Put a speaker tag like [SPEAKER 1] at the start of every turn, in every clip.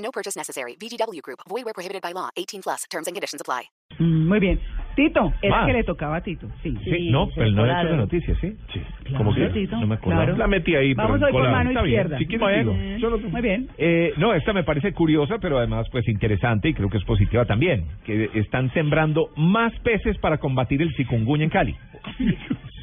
[SPEAKER 1] No purchase necessary. VGW Group. Void where prohibited by law. 18 plus. Terms and conditions apply.
[SPEAKER 2] Mm, Muy bien. Tito, es
[SPEAKER 3] Ah.
[SPEAKER 2] que le tocaba a Tito. Sí.
[SPEAKER 3] Sí, no,
[SPEAKER 4] se
[SPEAKER 3] pero no he hecho
[SPEAKER 4] colaron.
[SPEAKER 3] la noticia, ¿sí? Sí. Como que
[SPEAKER 2] Tito,
[SPEAKER 3] no me acordaba.
[SPEAKER 2] claro.
[SPEAKER 3] La metí ahí,
[SPEAKER 2] Vamos
[SPEAKER 3] pero
[SPEAKER 2] hoy con
[SPEAKER 3] colada.
[SPEAKER 2] mano
[SPEAKER 3] Está bien.
[SPEAKER 2] izquierda.
[SPEAKER 3] Si quieres,
[SPEAKER 2] Muy
[SPEAKER 3] digo.
[SPEAKER 2] bien.
[SPEAKER 3] Yo no-
[SPEAKER 2] Muy bien.
[SPEAKER 3] Eh, no, esta me parece curiosa, pero además pues interesante y creo que es positiva también, que están sembrando más peces para combatir el chikungunya en Cali.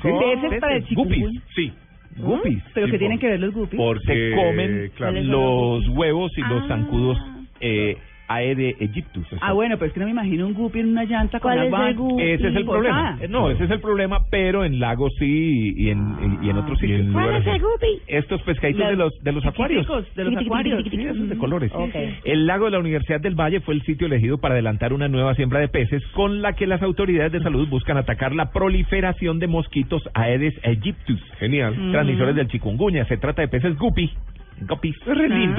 [SPEAKER 2] ¿Peces para el chikungunya?
[SPEAKER 3] Guppies, sí.
[SPEAKER 2] Guppies.
[SPEAKER 3] Guppies.
[SPEAKER 2] ¿Pero
[SPEAKER 3] Sí,
[SPEAKER 2] qué tienen
[SPEAKER 3] por-
[SPEAKER 2] que ver los guppies?
[SPEAKER 3] se comen
[SPEAKER 4] claro.
[SPEAKER 3] los huevos y los
[SPEAKER 4] Ah.
[SPEAKER 3] zancudos eh, Aedes aegyptus.
[SPEAKER 2] Ah, bueno, pero es que no me imagino un guppy en una llanta con
[SPEAKER 4] ¿Cuál es
[SPEAKER 2] agua.
[SPEAKER 4] el guppy?
[SPEAKER 3] Ese es el problema.
[SPEAKER 2] posada.
[SPEAKER 3] Eh, No, ese es el problema, pero en lagos sí y en, Ah, y en
[SPEAKER 2] Ah,
[SPEAKER 3] otros sitios.
[SPEAKER 4] ¿Cuál es el guppy?
[SPEAKER 3] Estos pescaditos
[SPEAKER 2] Los
[SPEAKER 3] de los de los acuarios.
[SPEAKER 2] chiquiticos, de los
[SPEAKER 3] Tiqui, tiqui,
[SPEAKER 2] acuarios,
[SPEAKER 3] tiqui, tiqui,
[SPEAKER 2] sí.
[SPEAKER 3] esos de colores.
[SPEAKER 4] Ok.
[SPEAKER 3] El lago de la Universidad del Valle fue el sitio elegido para adelantar una nueva siembra de peces con la que las autoridades de salud buscan atacar la proliferación de mosquitos Aedes aegyptus. Genial. Transmisores del chikungunya. Se trata de peces guppy. Guppies,
[SPEAKER 2] el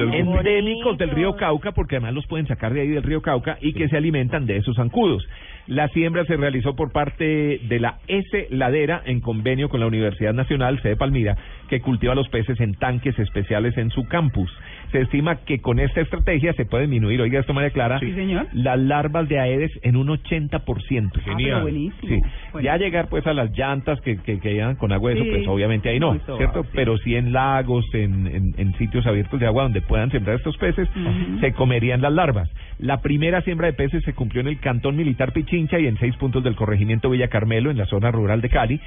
[SPEAKER 2] guppy.
[SPEAKER 3] endémicos del río
[SPEAKER 4] Bonito.
[SPEAKER 3] Cauca. Cauca, porque además los pueden sacar de ahí del río Cauca y que se alimentan de esos zancudos. La siembra se realizó por parte de la S Ladera en convenio con la Universidad Nacional sede Palmira, que cultiva los peces en tanques especiales en su campus. Se estima que con esta estrategia se puede disminuir, oiga esto María Clara,
[SPEAKER 2] Sí, señor.
[SPEAKER 3] las larvas de aedes en un 80%.
[SPEAKER 2] Ah, pero buenísimo.
[SPEAKER 3] Sí.
[SPEAKER 2] Buenísimo.
[SPEAKER 3] Ya llegar pues a las llantas que que, que llegan con agua de eso,
[SPEAKER 2] Sí.
[SPEAKER 3] pues obviamente ahí no,
[SPEAKER 2] Muy suave,
[SPEAKER 3] ¿cierto?
[SPEAKER 2] sí.
[SPEAKER 3] Pero sí en lagos, en, en- en sitios abiertos de agua donde puedan sembrar estos peces, se comerían las larvas. La primera siembra de peces se cumplió en el Cantón Militar Pichincha y en seis puntos del corregimiento Villa Carmelo, en la zona rural de Cali.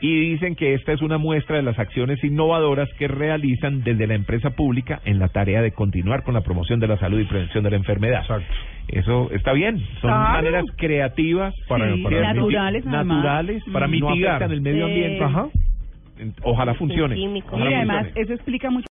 [SPEAKER 3] Y dicen que esta es una muestra de las acciones innovadoras que realizan desde la empresa pública en la tarea de continuar con la promoción de la salud y prevención de la enfermedad.
[SPEAKER 5] Exacto.
[SPEAKER 3] Eso está bien. Son
[SPEAKER 2] Claro.
[SPEAKER 3] maneras creativas para,
[SPEAKER 2] Sí,
[SPEAKER 3] para
[SPEAKER 2] naturales,
[SPEAKER 3] miti-
[SPEAKER 2] además.
[SPEAKER 3] naturales
[SPEAKER 2] Mm.
[SPEAKER 3] para
[SPEAKER 5] No
[SPEAKER 3] mitigar
[SPEAKER 5] afectan
[SPEAKER 3] el
[SPEAKER 5] el
[SPEAKER 4] medio
[SPEAKER 3] medio
[SPEAKER 4] Sí.
[SPEAKER 3] ambiente.
[SPEAKER 4] ambiente.
[SPEAKER 3] Ojalá funcione.
[SPEAKER 4] Químicos.
[SPEAKER 3] Ojalá
[SPEAKER 2] Y además,
[SPEAKER 3] funcione.
[SPEAKER 2] eso explica mucho